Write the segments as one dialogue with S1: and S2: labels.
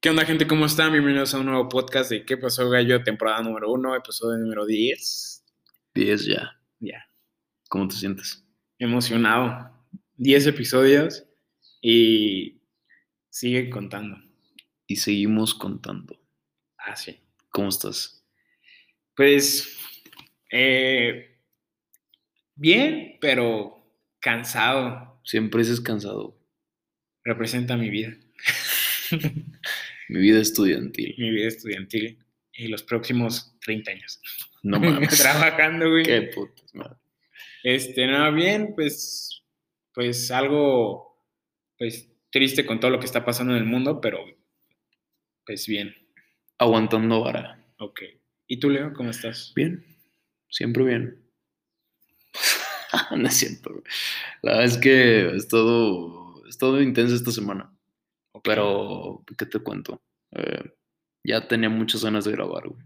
S1: ¿Qué onda, gente? ¿Cómo están? Bienvenidos a un nuevo podcast de ¿Qué pasó, gallo? Temporada número 1, episodio número 10.
S2: 10 ya.
S1: Ya.
S2: ¿Cómo te sientes?
S1: Emocionado. 10 episodios y sigue contando.
S2: Y seguimos contando.
S1: Ah, sí.
S2: ¿Cómo estás?
S1: Pues, eh, bien, pero cansado.
S2: Siempre es cansado.
S1: Representa mi vida.
S2: Mi vida estudiantil.
S1: mi vida estudiantil y los próximos 30 años.
S2: No mames.
S1: Trabajando, güey.
S2: Qué putas madre.
S1: Este, nada, bien, pues, pues algo, pues, triste con todo lo que está pasando en el mundo, pero, pues, bien,
S2: Aguantando vara.
S1: ok. ¿Y tú, Leo, cómo estás?
S2: Bien. Siempre bien. no es cierto. güey. La verdad es que he estado, he estado intensa esta semana.
S1: Ok.
S2: Pero, ¿qué te cuento? Eh, ya tenía muchas ganas de grabar, güey.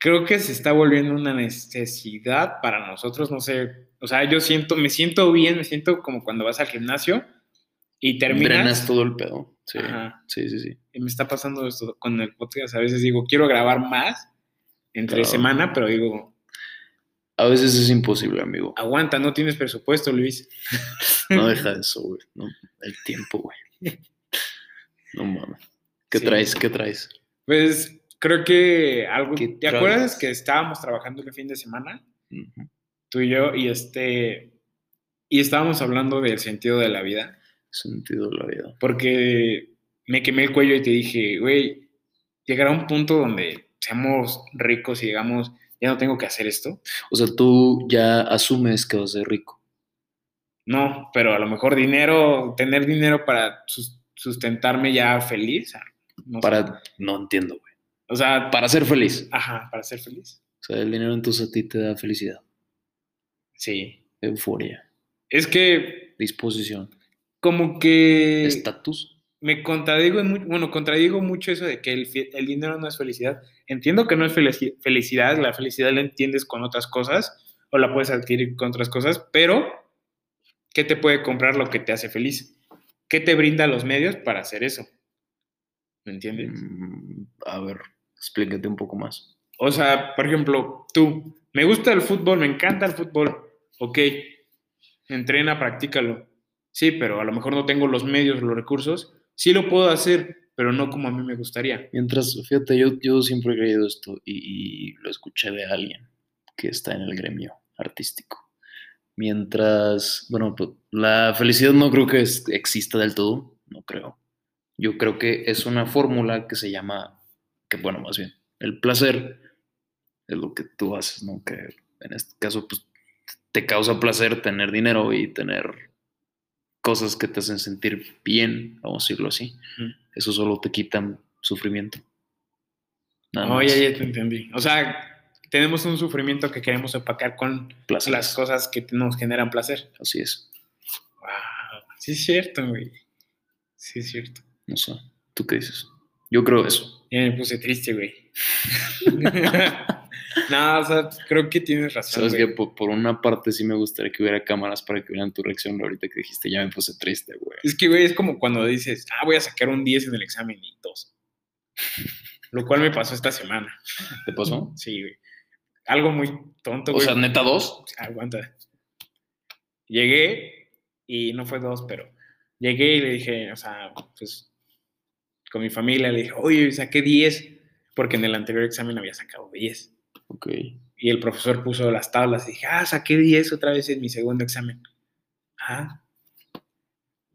S1: Creo que se está volviendo una necesidad para nosotros, no sé, o sea, yo siento, me siento bien, me siento como cuando vas al gimnasio y
S2: Drenas
S1: terminas.
S2: todo el pedo. Sí.
S1: Ajá.
S2: Sí, sí, sí.
S1: Y me está pasando esto con el podcast, a veces digo, quiero grabar más entre
S2: Claro.
S1: semana, pero digo,
S2: A veces es imposible, amigo.
S1: aguanta, no tienes presupuesto, Luis.
S2: No deja eso, güey. No, el tiempo, güey. No mames. ¿Qué
S1: Sí.
S2: traes? ¿Qué traes?
S1: Pues creo que algo.
S2: ¿Qué
S1: ¿Te acuerdas
S2: traes?
S1: que estábamos trabajando el fin de semana?
S2: Ujú.
S1: Tú y yo, y este. Y estábamos hablando del sentido de la vida.
S2: Sentido de la vida.
S1: Porque me quemé el cuello y te dije, güey, llegará un punto donde seamos ricos y digamos, ya no tengo que hacer esto.
S2: O sea, tú ya asumes que vas a ser rico.
S1: No, pero a lo mejor dinero, tener dinero para sus- sustentarme ya feliz. ah, no sé.
S2: Para. No entiendo, güey.
S1: O sea,
S2: Para ser feliz.
S1: ajá, para ser feliz.
S2: O sea, el dinero entonces a ti te da felicidad,
S1: Sí.
S2: euforia,
S1: Es que,
S2: disposición,
S1: como que.
S2: estatus.
S1: me contradigo, en mu- bueno, contradigo mucho eso de que el, fi- el dinero no es felicidad. Entiendo que no es felici- felicidad, la felicidad la entiendes con otras cosas o la puedes adquirir con otras cosas, pero ¿qué te puede comprar lo que te hace feliz? ¿Qué te brinda los medios para hacer eso? ¿Me entiendes?
S2: Mm, A ver, explícate un poco más.
S1: O sea, por ejemplo, tú, me gusta el fútbol, me encanta el fútbol. Ok, entrena, practícalo. Sí, pero a lo mejor no tengo los medios, los recursos. Sí lo puedo hacer, pero no como a mí me gustaría.
S2: Mientras, fíjate, yo, yo siempre he creído esto y, y lo escuché de alguien que está en el gremio artístico. Mientras, bueno, pues, la felicidad no creo que es- exista del todo, no creo. Yo creo que es una fórmula que se llama, que bueno, más bien, el placer es lo que tú haces, ¿no? Que en este caso, pues, te causa placer tener dinero y tener cosas que te hacen sentir bien, vamos a decirlo así.
S1: Ujú.
S2: Eso solo te quitan sufrimiento. Nada
S1: No,
S2: más.
S1: ya, ya te entendí. O sea, tenemos un sufrimiento que queremos opacar con
S2: Placer.
S1: las cosas que nos generan placer.
S2: Así es.
S1: Wow. Sí es cierto, güey. Sí es cierto.
S2: No sé. ¿Tú qué dices? Yo creo eso.
S1: Ya me puse triste, güey. no, o sea, creo que tienes razón.
S2: Sabes
S1: güey.
S2: que por, por una parte sí me gustaría que hubiera cámaras para que vieran tu reacción ahorita que dijiste ya me puse triste, güey.
S1: Es que, güey, es como cuando dices, ah, voy a sacar un 10 en el examen y dos. Lo cual me pasó esta semana.
S2: ¿Te pasó?
S1: Sí, güey. Algo muy tonto,
S2: O
S1: güey.
S2: sea, neta dos.
S1: aguanta. Llegué y no fue dos, pero llegué y le dije, o sea, pues con mi familia le dije, oye, saqué 10, porque en el anterior examen había sacado 10.
S2: Ok.
S1: Y el profesor puso las tablas y dije, ah, saqué 10 otra vez en mi segundo examen. Ah.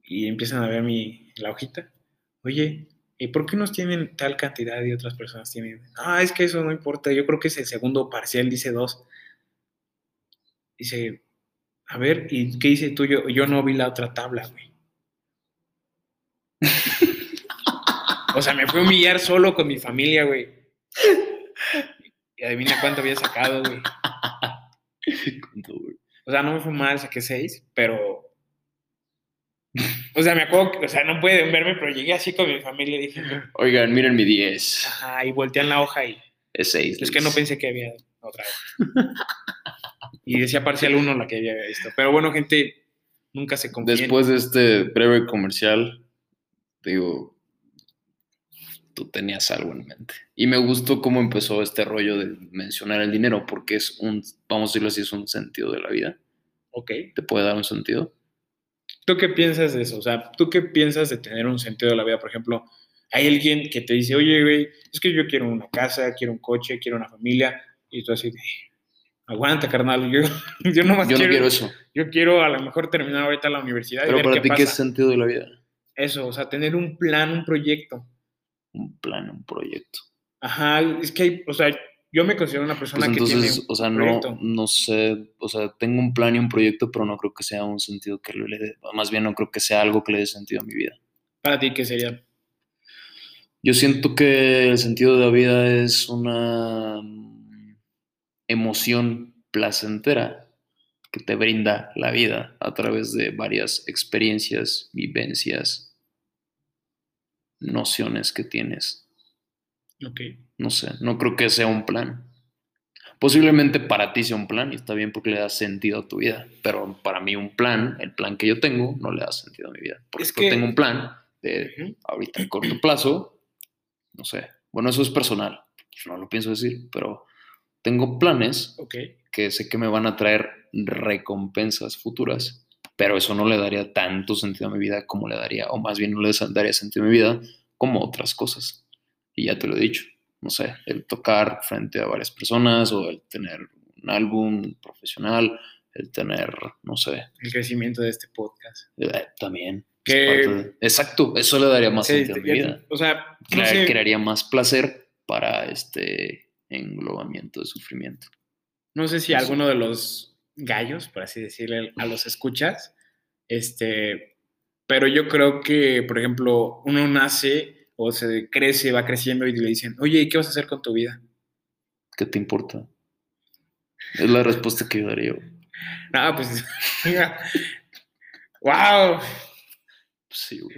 S1: Y empiezan a ver mi, la hojita. Oye, ¿y por qué nos tienen tal cantidad y otras personas tienen? Ah, es que eso no importa. Yo creo que es el segundo parcial, dice dos. Dice, a ver, ¿y qué dice tú? Yo, yo no vi la otra tabla, güey. o sea, me fue a humillar solo con mi familia, güey. Y adivina cuánto había sacado, güey.
S2: ¿Cuánto, güey?
S1: O sea, no me fue mal, saqué seis, pero. O sea, me acuerdo que, o sea, no pueden verme, pero llegué así con mi familia y dije,
S2: Oigan, miren mi 10.
S1: ajá, y voltean la hoja y.
S2: Es 6.
S1: Es que no pensé que había otra hoja. Y decía parcial uno la que había visto. Pero bueno, gente, nunca se confía.
S2: Después de este breve comercial, digo, tú tenías algo en mente. Y me gustó cómo empezó este rollo de mencionar el dinero, porque es un, vamos a decirlo así, es un sentido de la vida.
S1: Ok.
S2: ¿Te puede dar un sentido?
S1: ¿Tú qué piensas de eso? O sea, ¿tú qué piensas de tener un sentido de la vida? Por ejemplo, hay alguien que te dice, oye, güey, es que yo quiero una casa, quiero un coche, quiero una familia, y tú así, de, aguanta, carnal, yo, yo nomás
S2: Yo no
S1: quiero,
S2: quiero eso.
S1: yo quiero a lo mejor terminar ahorita la universidad y
S2: Pero
S1: ver
S2: para
S1: qué
S2: ti,
S1: pasa.
S2: ¿qué es sentido de la vida?
S1: Eso, o sea, tener un plan, un proyecto.
S2: Un plan, un proyecto.
S1: Ajá, es que hay, o sea, yo me considero una persona
S2: Pues
S1: que
S2: entonces,
S1: tiene...
S2: o sea, no,
S1: proyecto.
S2: no sé, o sea, tengo un plan y un proyecto, pero no creo que sea un sentido que le dé, más bien no creo que sea algo que le dé sentido a mi vida.
S1: Para ti, ¿qué sería?
S2: Yo siento que el sentido de la vida es una mm, emoción placentera que te brinda la vida a través de varias experiencias, vivencias, nociones que tienes.
S1: Ok.
S2: No sé, no creo que sea un plan. Posiblemente para ti sea un plan y está bien porque le da sentido a tu vida, pero para mí un plan, el plan que yo tengo, no le da sentido a mi vida. Porque
S1: Es
S2: yo
S1: que-
S2: tengo un plan de
S1: Ujú.
S2: ahorita a corto plazo, no sé, bueno, eso es personal, pues no lo pienso decir, pero tengo planes
S1: Ok.
S2: que sé que me van a traer recompensas futuras, pero eso no le daría tanto sentido a mi vida como le daría, o más bien no le daría sentido a mi vida como otras cosas. Y ya te lo he dicho, no sé, el tocar frente a varias personas o el tener un álbum profesional, el tener, no sé,
S1: El crecimiento de este podcast.
S2: eh, también. es
S1: Que-
S2: parte de- Exacto, eso le daría más
S1: Sí,
S2: sentido a mi
S1: ya-
S2: vida
S1: O sea, no
S2: crear-
S1: sé,
S2: crearía más placer para este englobamiento de sufrimiento.
S1: no sé si
S2: no sé.
S1: alguno de los gallos, por así decirle, a los escuchas, este, pero yo creo que, por ejemplo, uno nace o se crece, va creciendo y le dicen, oye, ¿y qué vas a hacer con tu vida?
S2: ¿Qué te importa? Es la respuesta que yo daría. güey.
S1: Ah, pues, wow.
S2: Pues Sí, güey.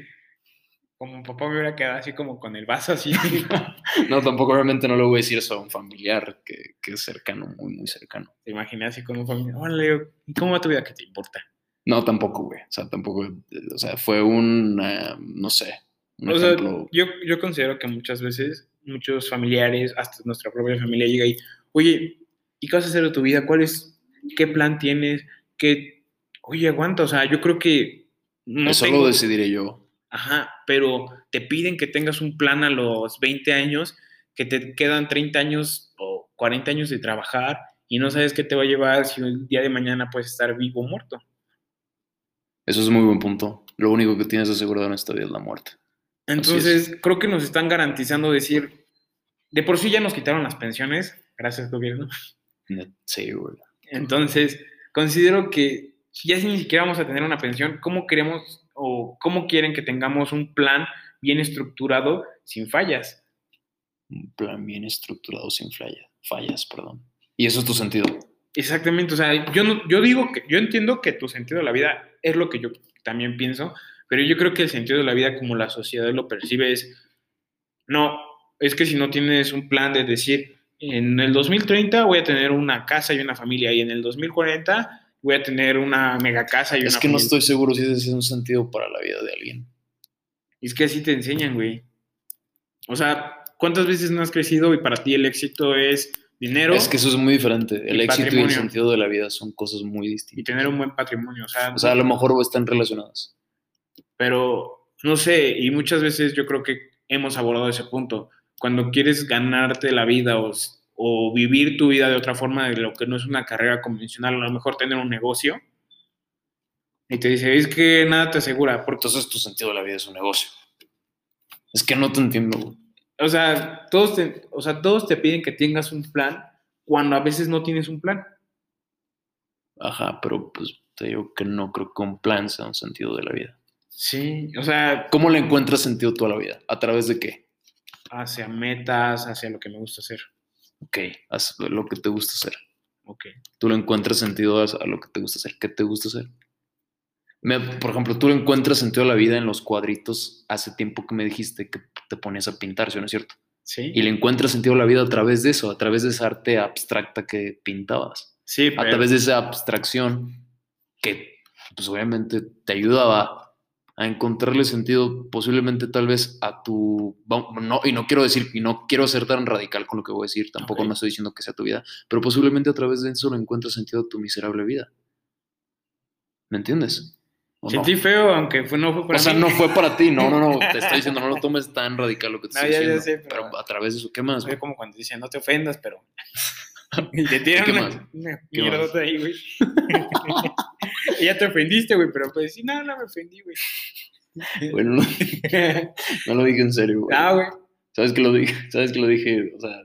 S1: Como papá me hubiera quedado así como con el vaso así.
S2: No, tampoco realmente no le voy a decir eso a un familiar que, que es cercano, muy, muy cercano.
S1: Te imaginé así con un familiar. Órale, ¿y cómo va tu vida? ¿Qué te importa?
S2: No, tampoco, güey. O sea, tampoco. eh, O sea, fue un. eh, no sé. Un
S1: O sea,
S2: ejemplo.
S1: yo, yo considero que muchas veces muchos familiares, hasta nuestra propia familia llega y, oye, ¿y qué vas a hacer de tu vida? ¿Cuál es? ¿Qué plan tienes? ¿Qué? Oye, aguanta, o sea, yo creo que no
S2: eso
S1: tengo-
S2: lo decidiré yo.
S1: Ajá, pero te piden que tengas un plan a los 20 años, que te quedan 30 años o 40 años de trabajar y no sabes qué te va a llevar si un día de mañana puedes estar vivo o muerto.
S2: Eso es muy buen punto. Lo único que tienes asegurado en esta vida es la muerte. es.
S1: Entonces, creo que nos están garantizando decir, de por sí ya nos quitaron las pensiones, gracias gobierno.
S2: Ne- Sí, güey.
S1: Entonces, considero que si ya ni siquiera vamos a tener una pensión, ¿cómo queremos o cómo quieren que tengamos un plan bien estructurado sin fallas?
S2: Un plan bien estructurado sin falla- fallas, perdón. Y eso es tu sentido.
S1: Exactamente, o sea, yo, no, yo digo que yo entiendo que tu sentido de la vida es lo que yo también pienso, pero yo creo que el sentido de la vida como la sociedad lo percibe es, no, es que si no tienes un plan de decir, en el 2030 voy a tener una casa y una familia y en el 2040 voy a tener una mega casa y
S2: Es
S1: una
S2: que no
S1: familia.
S2: estoy seguro si ese es un sentido para la vida de alguien.
S1: Es que así te enseñan, güey. O sea, ¿cuántas veces no has crecido y para ti el éxito es dinero
S2: es que eso es muy diferente. El
S1: Y
S2: éxito y el
S1: patrimonio.
S2: sentido de la vida son cosas muy
S1: y
S2: distintas.
S1: tener un buen patrimonio? O sea,
S2: O sea, a lo mejor están relacionadas.
S1: pero no sé, y muchas veces yo creo que hemos abordado ese punto. Cuando quieres ganarte la vida o, s- o vivir tu vida de otra forma de lo que no es una carrera convencional, a lo mejor tener un negocio, y te dice, es que nada te asegura, porque,
S2: Entonces tu sentido de la vida es un negocio. Es que no te entiendo. güey.
S1: o sea, todos te, o sea, todos te piden que tengas un plan cuando a veces no tienes un plan.
S2: Ajá, pero pues te digo que no creo que un plan sea un sentido de la vida.
S1: Sí, o sea,
S2: ¿Cómo le encuentras sentido tú a la vida? ¿A través de qué?
S1: hacia metas, hacia lo que me gusta hacer.
S2: Ok, haz lo que te gusta hacer.
S1: Ok.
S2: Tú le encuentras sentido a a lo que te gusta hacer. ¿Qué te gusta hacer? Me- por ejemplo, tú le encuentras sentido a la vida en los cuadritos hace tiempo que me dijiste que te ponías a pintar, ¿sí o no es cierto?
S1: Sí,
S2: y le encuentras sentido a la vida a través de eso, a través de esa arte abstracta que pintabas,
S1: sí,
S2: a
S1: pero-
S2: través de esa abstracción que, pues obviamente, te ayudaba a encontrarle sentido posiblemente tal vez a tu no y no quiero decir y no quiero ser tan radical con lo que voy a decir tampoco
S1: Ok.
S2: no estoy diciendo que sea tu vida pero posiblemente a través de eso le encuentras sentido a tu miserable vida ¿me entiendes? ¿O no?
S1: Sentí feo, aunque fue, no fue para
S2: o sea
S1: mí.
S2: no fue para ti no no no te estoy diciendo no lo tomes tan radical lo que te
S1: No,
S2: estoy
S1: ya- ya
S2: diciendo
S1: sé, pero-
S2: pero... a través de eso qué más
S1: Fue
S2: güey?
S1: como cuando dicen, no te ofendas, pero... Y te tiran
S2: ¿Qué
S1: una,
S2: más?
S1: una
S2: ¿Qué
S1: mierdota ahí, güey. Y ya te ofendiste, güey, pero pues sí, no, no me ofendí, güey.
S2: bueno no, no lo dije en serio güey.
S1: ah, güey.
S2: sabes que lo dije sabes que lo dije o sea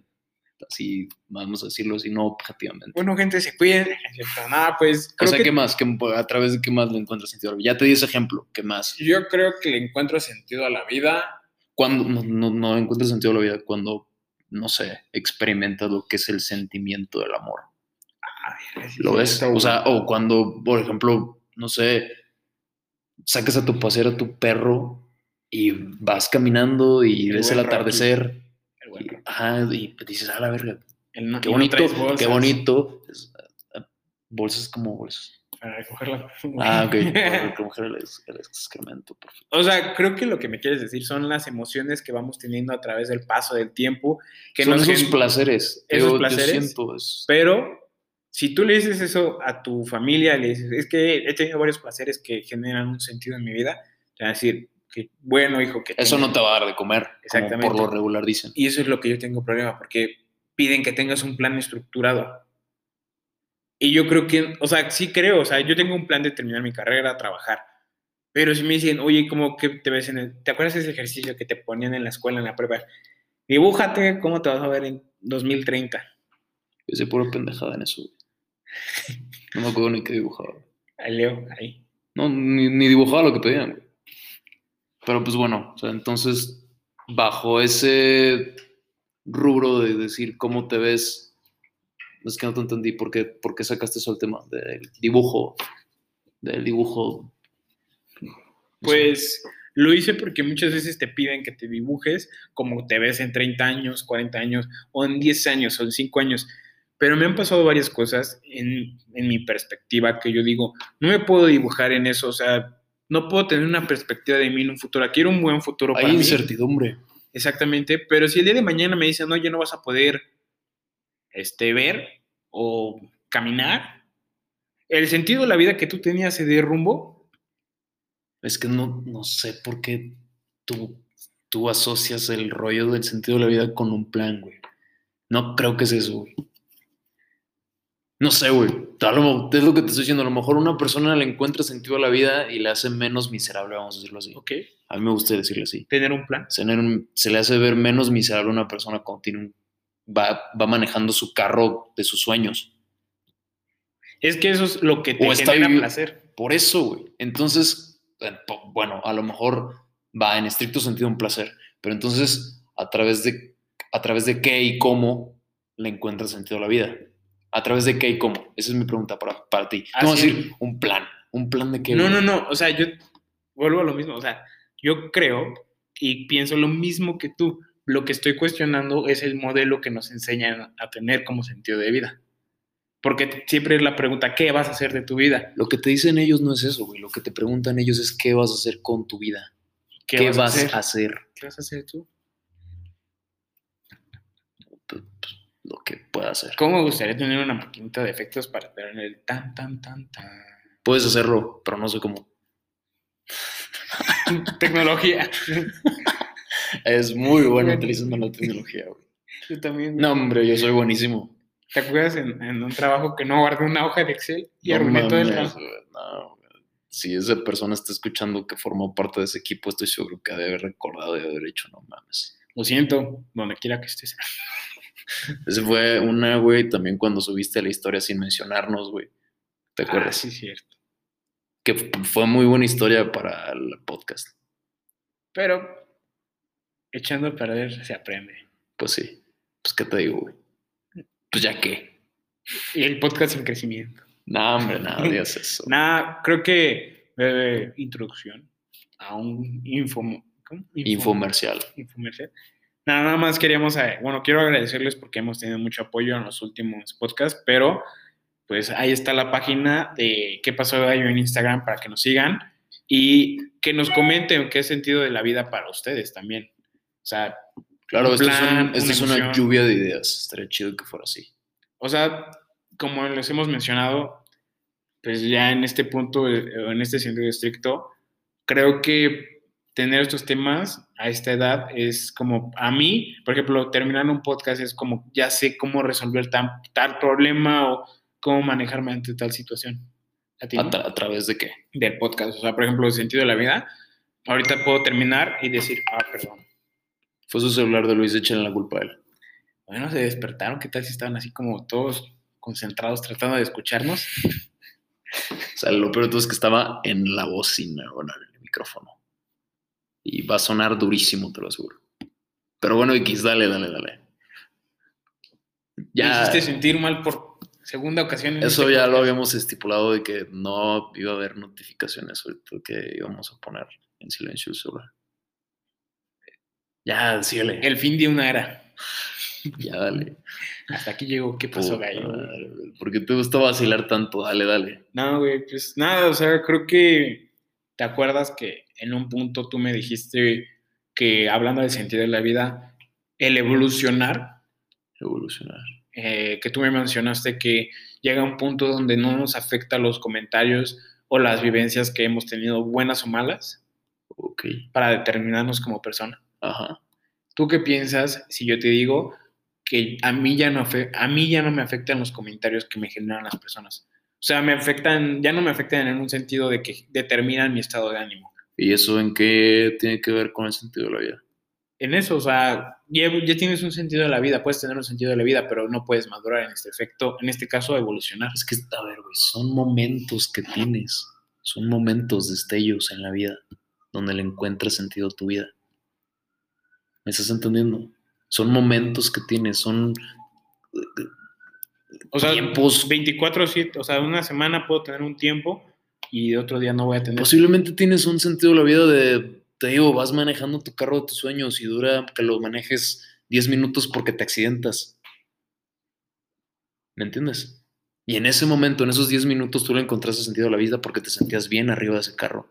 S2: así vamos a decirlo así no objetivamente
S1: Bueno, gente, se cuiden. Pero Nada, pues
S2: O
S1: creo
S2: sea,
S1: que
S2: ¿qué más? ¿Qué- ¿A través de qué más le encuentras sentido? a la vida? Ya te di ese ejemplo, ¿qué más?
S1: yo creo que le encuentro sentido a la vida.
S2: Cuando no, no, no encuentras sentido a la vida, cuando, no sé, experimentas lo que es el sentimiento del amor. ¿Lo ves? O sea, o cuando, por ejemplo, no sé, sacas a tu pasear a tu perro y vas caminando y
S1: El
S2: ves
S1: buen
S2: el
S1: rato.
S2: atardecer.
S1: El
S2: Y,
S1: bueno,
S2: ajá, y dices, a la verga,
S1: el no- Ah,
S2: qué
S1: y no
S2: bonito,
S1: traes bolsas
S2: qué bonito. Es, ah, bolsas como bolsas.
S1: Para recoger la-
S2: Ah, ok. Como el, ex- el excremento, por
S1: o sea, creo que lo que me quieres decir son las emociones que vamos teniendo a través del paso del tiempo. Que
S2: son
S1: nos
S2: esos
S1: gen-
S2: placeres.
S1: esos
S2: yo, yo
S1: placeres.
S2: siento es-
S1: Pero si tú le dices eso a tu familia, le dices, es que he tenido varios placeres que generan un sentido en mi vida, te van a decir, que bueno, hijo, que
S2: Eso
S1: tengas-
S2: no te va a dar de comer. como
S1: Exactamente.
S2: por lo regular dicen.
S1: Y eso es lo que yo tengo problema, porque piden que tengas un plan estructurado. Y yo creo que, o sea, sí creo, o sea, yo tengo un plan de terminar mi carrera, trabajar. Pero si me dicen, oye, ¿cómo que te ves en el... ¿Te acuerdas de ese ejercicio que te ponían en la escuela, en la prueba? Dibújate cómo te vas a ver en 2030.
S2: Yo soy pura pendejada en eso. No me acuerdo ni qué dibujaba.
S1: Ahí leo, ahí.
S2: No, ni, ni dibujaba lo que pedían. güey. Pero pues bueno, o sea, entonces, bajo ese rubro de decir cómo te ves, es que no te entendí por qué, por qué sacaste eso al tema del dibujo. Del dibujo. No sé.
S1: Pues lo hice porque muchas veces te piden que te dibujes como te ves en 30 años, 40 años, o en 10 años, o en 5 años. Pero me han pasado varias cosas en, en mi perspectiva que yo digo, no me puedo dibujar en eso, o sea, no puedo tener una perspectiva de mí en un futuro. Quiero un buen futuro para
S2: hay
S1: mí.
S2: incertidumbre.
S1: Exactamente, pero si el día de mañana me dicen, no, ya no vas a poder este, ver o caminar, el sentido de la vida que tú tenías se derrumbó
S2: Es que no, no sé por qué tú, tú asocias el rollo del sentido de la vida con un plan, güey. No creo que es eso, güey. No sé, güey. A lo mo- Es lo que te estoy diciendo. A lo mejor una persona le encuentra sentido a la vida y le hace menos miserable, vamos a decirlo así.
S1: Ok,
S2: A mí me gusta decirlo así.
S1: tener un plan.
S2: Se, le- se le hace ver menos miserable a una persona cuando tiene un- va, va manejando su carro de sus sueños.
S1: Es que eso es lo que te
S2: O está
S1: genera
S2: vivi-
S1: placer.
S2: Por eso, güey. Entonces, eh, po- bueno, a lo mejor va en estricto sentido un placer, pero entonces, ¿a través de, a través de qué y cómo le encuentras sentido a la vida? ¿A través de qué y cómo? Esa es mi pregunta para, para ti. No
S1: Así es.
S2: decir un plan. ¿Un plan de qué?
S1: No,
S2: güey?
S1: no, no. O sea, yo vuelvo a lo mismo. O sea, yo creo y pienso lo mismo que tú. Lo que estoy cuestionando es el modelo que nos enseñan a tener como sentido de vida. Porque siempre es la pregunta, ¿qué vas a hacer de tu vida?
S2: Lo que te dicen ellos no es eso, güey. Lo que te preguntan ellos es qué vas a hacer con tu vida. ¿Qué, vas, a hacer?
S1: ¿Qué vas a hacer tú?
S2: P- pues, Lo que pueda hacer.
S1: ¿Cómo me gustaría tener una maquinita de efectos para tener el tan, tan, tan, tan?
S2: Puedes hacerlo, pero no sé cómo.
S1: Tecnología.
S2: Es muy bueno
S1: Bueno.
S2: utilizando la tecnología, güey.
S1: Yo también.
S2: No, hombre, yo soy buenísimo.
S1: ¿Te acuerdas en, en un trabajo que no guardé una hoja de Excel y
S2: No
S1: arruiné todo el
S2: mames,
S1: trabajo?
S2: güey, no, güey. si esa persona está escuchando que formó parte de ese equipo, estoy seguro que ha de haber recordado y haber hecho, no mames.
S1: Lo siento, donde quiera que estés.
S2: Ese fue una, güey, también cuando subiste la historia sin mencionarnos, güey. ¿Te
S1: Ah,
S2: acuerdas?
S1: sí, cierto.
S2: Que f- fue muy buena historia para el podcast.
S1: Pero echando a perder se aprende.
S2: Pues sí. Pues qué te digo, güey. Pues ya qué.
S1: Y el podcast en crecimiento.
S2: No, hombre, nada, digas eso.
S1: Nada, creo que breve introducción a un infomo, ¿cómo? Info-
S2: Infomercial.
S1: infomercial. Nada, nada más queríamos, eh, bueno, quiero agradecerles porque hemos tenido mucho apoyo en los últimos podcasts, pero pues ahí está la página de qué pasó gallo en Instagram para que nos sigan. Y que nos comenten qué sentido de la vida para ustedes también. O sea,
S2: Claro,
S1: un
S2: esto es, un-
S1: plan,
S2: esto
S1: una
S2: es una
S1: emoción.
S2: lluvia de ideas. Estaría chido que fuera así.
S1: O sea, como les hemos mencionado, pues ya en este punto, eh, o en este sentido estricto, creo que tener estos temas a esta edad es como, a mí, por ejemplo, terminar un podcast es como, ya sé cómo resolver tan- tal problema o cómo manejarme ante tal situación. ¿A ti,
S2: ¿A,
S1: no?
S2: tra- a través de qué?
S1: Del podcast, o sea, por ejemplo, el sentido de la vida, ahorita puedo terminar y decir, ah, perdón.
S2: Fue su celular de Luis, échenle la culpa a él.
S1: Bueno, se despertaron, ¿qué tal si estaban así como todos concentrados tratando de escucharnos?
S2: O sea, lo peor de todo es que estaba en la bocina, bueno, en el micrófono. Y va a sonar durísimo, te lo aseguro. Pero bueno, X, dale, dale, dale.
S1: Me
S2: Ya, eh,
S1: hiciste sentir mal por segunda ocasión. en
S2: eso
S1: este
S2: ya lo
S1: podcast.
S2: habíamos estipulado de que no iba a haber notificaciones ahorita que íbamos a poner en silencio el celular. Ya, decíle.
S1: El fin de una era.
S2: Ya, dale.
S1: Hasta aquí llegó. ¿Qué pasó,
S2: Puta
S1: gallo?
S2: madre, ¿Por qué te gusta vacilar tanto? Dale, dale.
S1: No, güey, pues nada, o sea, creo que te acuerdas que en un punto tú me dijiste que hablando del sentido de la vida, el evolucionar,
S2: Evolucionar.
S1: eh, que tú me mencionaste que llega un punto donde no nos afecta los comentarios o las vivencias que hemos tenido, buenas o malas,
S2: Ok.
S1: para determinarnos como persona.
S2: Ajá.
S1: ¿Tú qué piensas si yo te digo que a mí ya no, afe- a mí ya no me afectan los comentarios que me generan las personas? O sea, me afectan, ya no me afectan en un sentido de que determinan mi estado de ánimo.
S2: ¿Y eso en qué tiene que ver con el sentido de la vida?
S1: En eso, o sea, ya, ya tienes un sentido de la vida, puedes tener un sentido de la vida, pero no puedes madurar en este efecto, en este caso, evolucionar.
S2: Es que, a ver, güey, son momentos que tienes. Son momentos, destellos en la vida donde le encuentras sentido a tu vida. ¿Me estás entendiendo? Son momentos que tienes, son
S1: O sea,
S2: tiempos.
S1: 24-7, o sea, una semana puedo tener un tiempo y otro día no voy a tener.
S2: Posiblemente tienes un sentido de la vida de, te digo, vas manejando tu carro de tus sueños y dura que lo manejes 10 minutos porque te accidentas. ¿Me entiendes? Y en ese momento, en esos 10 minutos, tú le encontraste sentido a la vida porque te sentías bien arriba de ese carro.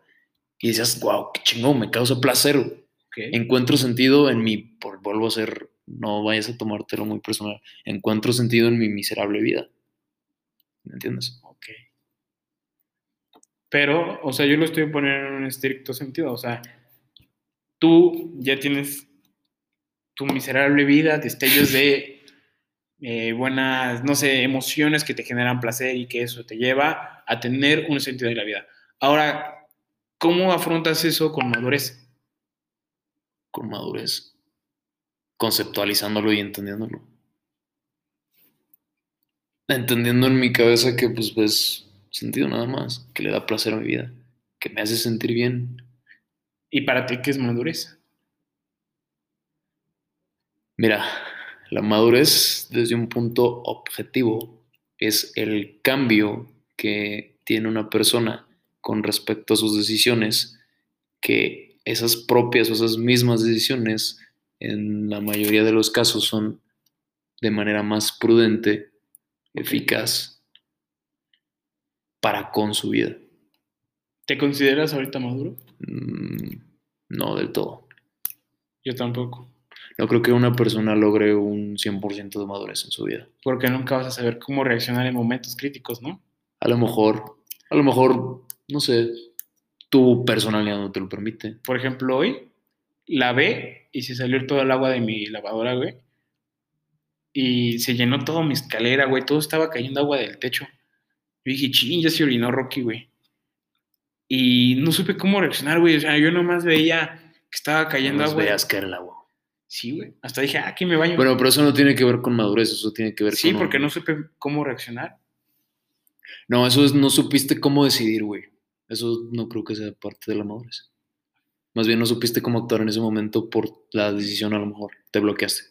S2: Y decías, wow, qué chingón, me causa placer. güey".
S1: Ok.
S2: Encuentro sentido en mi, por- vuelvo a ser, no vayas a tomártelo muy personal, encuentro sentido en mi miserable vida. ¿Me entiendes?
S1: Ok. Pero, o sea, yo lo estoy poniendo en un estricto sentido. O sea, tú ya tienes tu miserable vida, destellos de eh, buenas, no sé, emociones que te generan placer y que eso te lleva a tener un sentido de la vida. Ahora, ¿cómo afrontas eso con madurez?
S2: con madurez, conceptualizándolo y entendiéndolo. Entendiendo en mi cabeza que pues ves sentido nada más, que le da placer a mi vida, que me hace sentir bien.
S1: ¿Y para ti qué es madurez?
S2: Mira, la madurez desde un punto objetivo es el cambio que tiene una persona con respecto a sus decisiones, que esas propias o esas mismas decisiones en la mayoría de los casos son de manera más prudente, eficaz para con su vida.
S1: ¿Te consideras ahorita maduro?
S2: Mm, No del todo.
S1: Yo tampoco,
S2: No creo que una persona logre un 100% de madurez en su vida.
S1: porque nunca vas a saber cómo reaccionar en momentos críticos, ¿no?
S2: A lo mejor, a lo mejor, no sé, tu personalidad no te lo permite.
S1: por ejemplo, hoy lavé y se salió todo el agua de mi lavadora, güey. Y se llenó toda mi escalera, güey. Todo estaba cayendo agua del techo. Yo dije, ching, ya se orinó Rocky, güey. Y no supe cómo reaccionar, güey. O sea, yo nomás veía que estaba cayendo
S2: Nomás
S1: agua.
S2: veas caer el agua.
S1: Sí, güey. Hasta dije, ah, aquí me baño.
S2: Bueno, pero eso no tiene que ver con madurez, eso tiene que ver
S1: sí,
S2: con... un-
S1: porque no supe cómo reaccionar.
S2: No, eso es, no supiste cómo decidir, güey. Eso no creo que sea parte de la madurez. Más bien no supiste cómo actuar en ese momento por la decisión, a lo mejor. Te bloqueaste.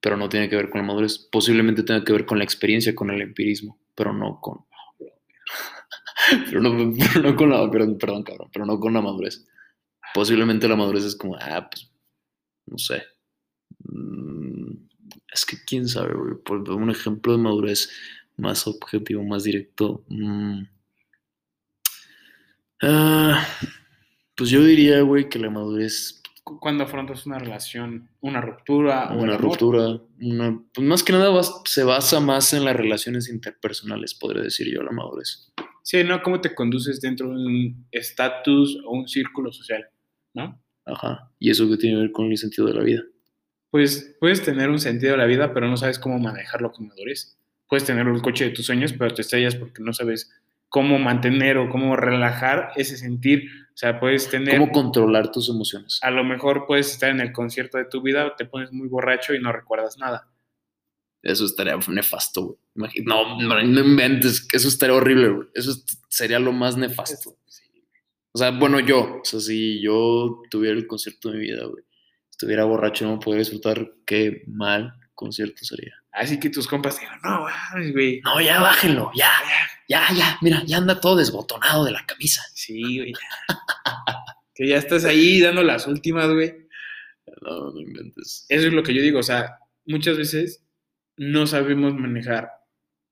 S2: Pero no tiene que ver con la madurez. Posiblemente tenga que ver con la experiencia, con el empirismo, pero no con... Pero no, pero no con la... Perdón, perdón, cabrón. Pero no con la madurez. Posiblemente la madurez es como, ah, pues, no sé. Mm, Es que quién sabe, güey. Por un ejemplo de madurez más objetivo, más directo. mm. Ah, Pues yo diría, güey, que la madurez
S1: Cuando afrontas una relación, una ruptura. o el
S2: una
S1: amor.
S2: ruptura, una- pues más que nada bas- se basa más en las relaciones interpersonales, podría decir yo, la madurez.
S1: Sí, ¿no? ¿Cómo te conduces dentro de un estatus o un círculo social? ¿No?
S2: Ajá. Y eso que tiene que ver con el sentido de la vida.
S1: Pues puedes tener un sentido de la vida, pero no sabes cómo manejarlo con madurez. Puedes tener el coche de tus sueños, pero te estrellas porque no sabes cómo mantener o cómo relajar ese sentir. O sea, puedes tener.
S2: Cómo controlar tus emociones.
S1: a lo mejor puedes estar en el concierto de tu vida, te pones muy borracho y no recuerdas nada.
S2: Eso estaría nefasto, güey. Imagi- No, no, no inventes. Eso estaría horrible, güey. Eso est- sería lo más nefasto. O sea, bueno, yo. O sea, si yo tuviera el concierto de mi vida, güey. Estuviera borracho, no podría disfrutar. Qué mal concierto sería.
S1: Así que tus compas dijeron, no, mames, güey.
S2: No, ya bájenlo. Ya,
S1: Ya.
S2: ya, ya. Mira, ya anda todo desbotonado de la camisa.
S1: Sí, güey. que ya estás ahí dando las últimas, güey.
S2: No, no inventes.
S1: Eso es lo que yo digo, o sea, muchas veces no sabemos manejar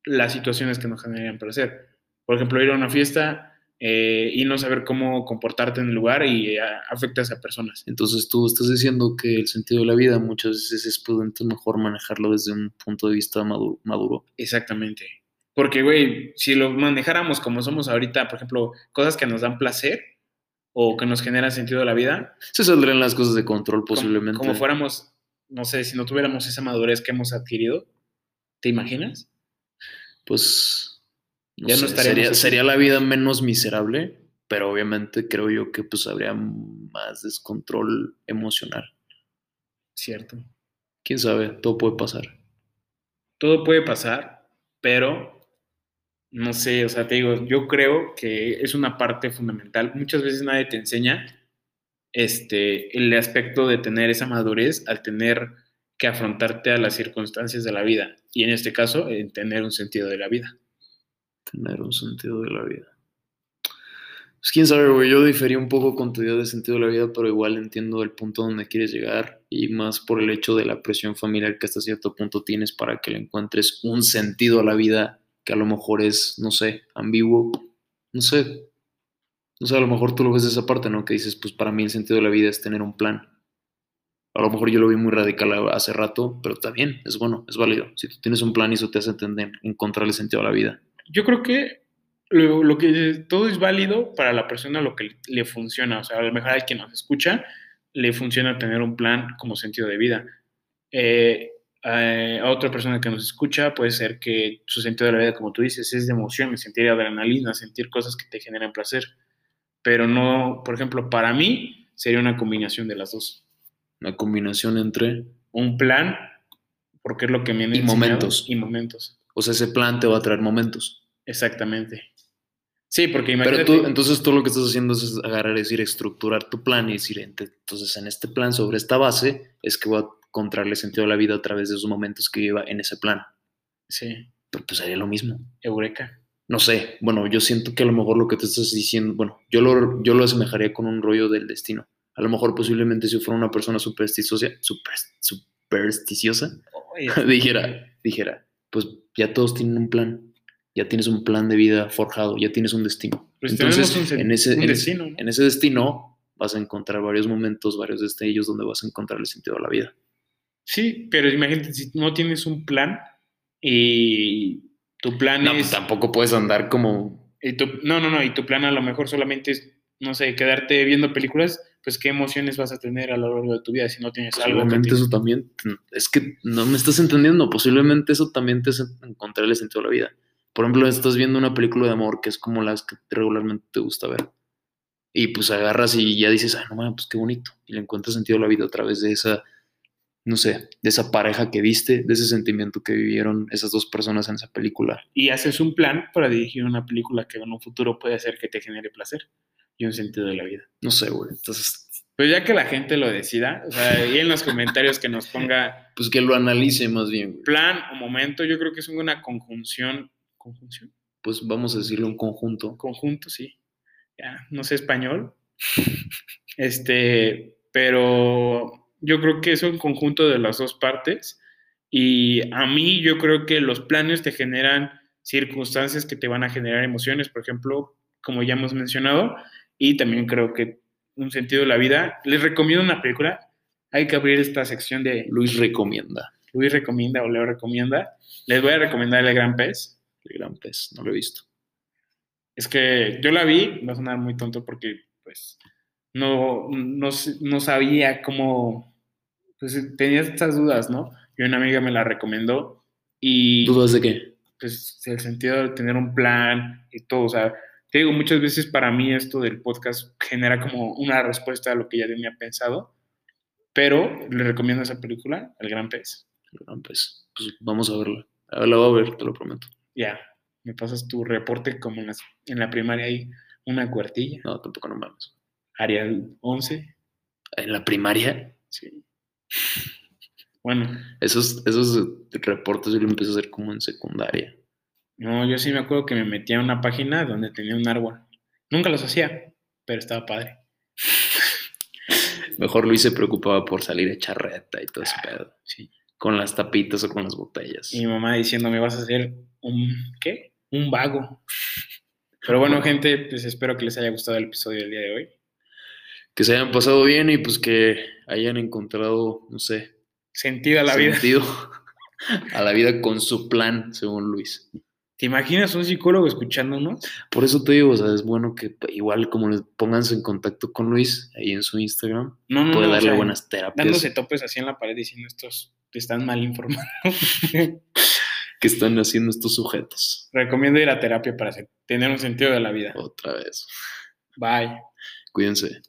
S1: las situaciones que nos generan placer. Por ejemplo, ir a una fiesta eh, y no saber cómo comportarte en el lugar y eh, afectas a personas.
S2: Entonces tú estás diciendo que el sentido de la vida muchas veces es prudente mejor manejarlo desde un punto de vista madu- maduro.
S1: Exactamente. Porque, güey, si lo manejáramos como somos ahorita, por ejemplo, cosas que nos dan placer o que nos generan sentido a la vida,
S2: Se saldrían las cosas de control
S1: como-
S2: posiblemente.
S1: Como, fuéramos, no sé, si no tuviéramos esa madurez que hemos adquirido, ¿te imaginas?
S2: pues
S1: Ya no estaríamos
S2: sería,
S1: así.
S2: sería la vida menos miserable, pero obviamente creo yo que pues habría más descontrol emocional.
S1: Cierto.
S2: Quién sabe, todo puede pasar.
S1: todo puede pasar, pero no sé, o sea, te digo, yo creo que es una parte fundamental. Muchas veces nadie te enseña este, el aspecto de tener esa madurez al tener que afrontarte a las circunstancias de la vida y en este caso en tener un sentido de la vida.
S2: Tener un sentido de la vida. Pues quién sabe, güey. Yo diferí un poco con tu idea de sentido de la vida, pero igual entiendo el punto donde quieres llegar y más por el hecho de la presión familiar que hasta cierto punto tienes para que le encuentres un sentido a la vida que a lo mejor es, no sé, ambiguo. No sé. No sé, a lo mejor tú lo ves de esa parte, ¿no? Que dices, pues para mí el sentido de la vida es tener un plan. A lo mejor yo lo vi muy radical a- hace rato, pero está bien, es bueno, es válido. Si tú tienes un plan y eso te hace entender, encontrar el sentido a la vida.
S1: Yo creo que lo, lo que todo es válido para la persona lo que le, le funciona, o sea, a lo mejor al que nos escucha le funciona tener un plan como sentido de vida. Eh, eh, a otra persona que nos escucha puede ser que su sentido de la vida, como tú dices, es de emoción, sentir adrenalina, sentir cosas que te generan placer, pero no, por ejemplo, para mí sería una combinación de las dos.
S2: Una combinación entre,
S1: Un plan, porque es lo que me han
S2: Y
S1: enseñado,
S2: momentos.
S1: Y momentos,
S2: o sea, ese plan te va a traer momentos.
S1: exactamente. Sí, porque
S2: Pero
S1: imagínate...
S2: tú, entonces tú lo que estás haciendo es agarrar, es decir, estructurar tu plan y decir, ent- entonces en este plan, sobre esta base, es que voy a encontrarle sentido a la vida a través de esos momentos que lleva en ese plan.
S1: sí,
S2: Pero pues sería lo mismo.
S1: eureka.
S2: No sé, bueno, yo siento que a lo mejor lo que te estás diciendo, bueno, yo lo, yo lo asemejaría con un rollo del destino. A lo mejor posiblemente si fuera una persona supersticiosa, super- supersticiosa, dijera, dijera, pues ya todos tienen un plan, ya tienes un plan de vida forjado, ya tienes un destino.
S1: Pues
S2: Entonces,
S1: tenemos un, sen-
S2: en ese,
S1: un
S2: en, ese-
S1: destino, ¿no?
S2: en ese destino vas a encontrar varios momentos, varios destellos donde vas a encontrar el sentido a la vida.
S1: Sí, pero imagínate, si no tienes un plan y tu plan
S2: No,
S1: es...
S2: pues tampoco puedes andar como...
S1: y tu- no, no, no, y tu plan a lo mejor solamente es, no sé, quedarte viendo películas, pues qué emociones vas a tener a lo largo de tu vida si no tienes
S2: Pues,
S1: algo que
S2: Posiblemente
S1: te-
S2: eso también, es que no me estás entendiendo, posiblemente eso también te hace encontrar el sentido a la vida. Por ejemplo, estás viendo una película de amor que es como las que regularmente te gusta ver. Y pues agarras y ya dices, ah, no mames, pues qué bonito. Y le encuentras sentido a la vida a través de esa, no sé, de esa pareja que viste, de ese sentimiento que vivieron esas dos personas en esa película.
S1: Y haces un plan para dirigir una película que en un futuro puede hacer que te genere placer y un sentido de la vida.
S2: No sé, güey. Entonces,
S1: Pero ya que la gente lo decida, o sea, y en los comentarios que nos ponga...
S2: pues que lo analice más bien, güey.
S1: plan o momento, yo creo que es una conjunción, conjunción,
S2: Pues vamos a decirlo en conjunto.
S1: conjunto, sí. Ya, no sé español. Este, pero yo creo que es un conjunto de las dos partes. Y a mí yo creo que los planes te generan circunstancias que te van a generar emociones, por ejemplo, como ya hemos mencionado, y también creo que un sentido de la vida, les recomiendo una película. Hay que abrir esta sección de
S2: Luis recomienda
S1: Luis recomienda o Leo recomienda. Les voy a recomendar El Gran Pez.
S2: El Gran Pez, no lo he visto.
S1: Es que yo la vi, va a sonar muy tonto porque pues no, no, no sabía cómo, pues tenía estas dudas, ¿no? Y una amiga me la recomendó y
S2: ¿Dudas de qué?
S1: pues el sentido de tener un plan y todo, o sea, te digo, muchas veces para mí esto del podcast genera como una respuesta a lo que ya tenía pensado, pero le recomiendo esa película, El Gran Pez.
S2: El Gran Pez. Pues vamos a verla. A ver, la voy a ver, te lo prometo.
S1: Ya, me pasas tu reporte como en, las- en la primaria hay una cuartilla,
S2: No, tampoco no mames.
S1: área 11,
S2: En la primaria,
S1: sí. Bueno,
S2: esos, esos reportes yo lo empiezo a hacer como en secundaria.
S1: no, yo sí me acuerdo que me metía a una página donde tenía un árbol. Nunca los hacía, pero estaba padre.
S2: Mejor Luis se preocupaba por salir a charreta y todo ese pedo.
S1: sí.
S2: Con las tapitas o con las botellas.
S1: Y mi mamá diciéndome, vas a hacer un, ¿qué? Un vago. Pero bueno, gente, pues espero que les haya gustado el episodio del día de hoy.
S2: Que se hayan pasado bien y pues que hayan encontrado, no sé,
S1: Sentido a la vida.
S2: sentido a la vida con su plan, según Luis.
S1: ¿Te imaginas un psicólogo escuchándonos?
S2: Por eso te digo, o sea, es bueno que p- igual como les pónganse en contacto con Luis ahí en su Instagram,
S1: No, no,
S2: puede
S1: no, o
S2: darle
S1: sea,
S2: buenas terapias
S1: Dándose topes así en la pared diciendo estos están mal informados.
S2: que están haciendo estos sujetos.
S1: Recomiendo ir a terapia para se- tener un sentido de la vida.
S2: Otra vez.
S1: Bye.
S2: Cuídense.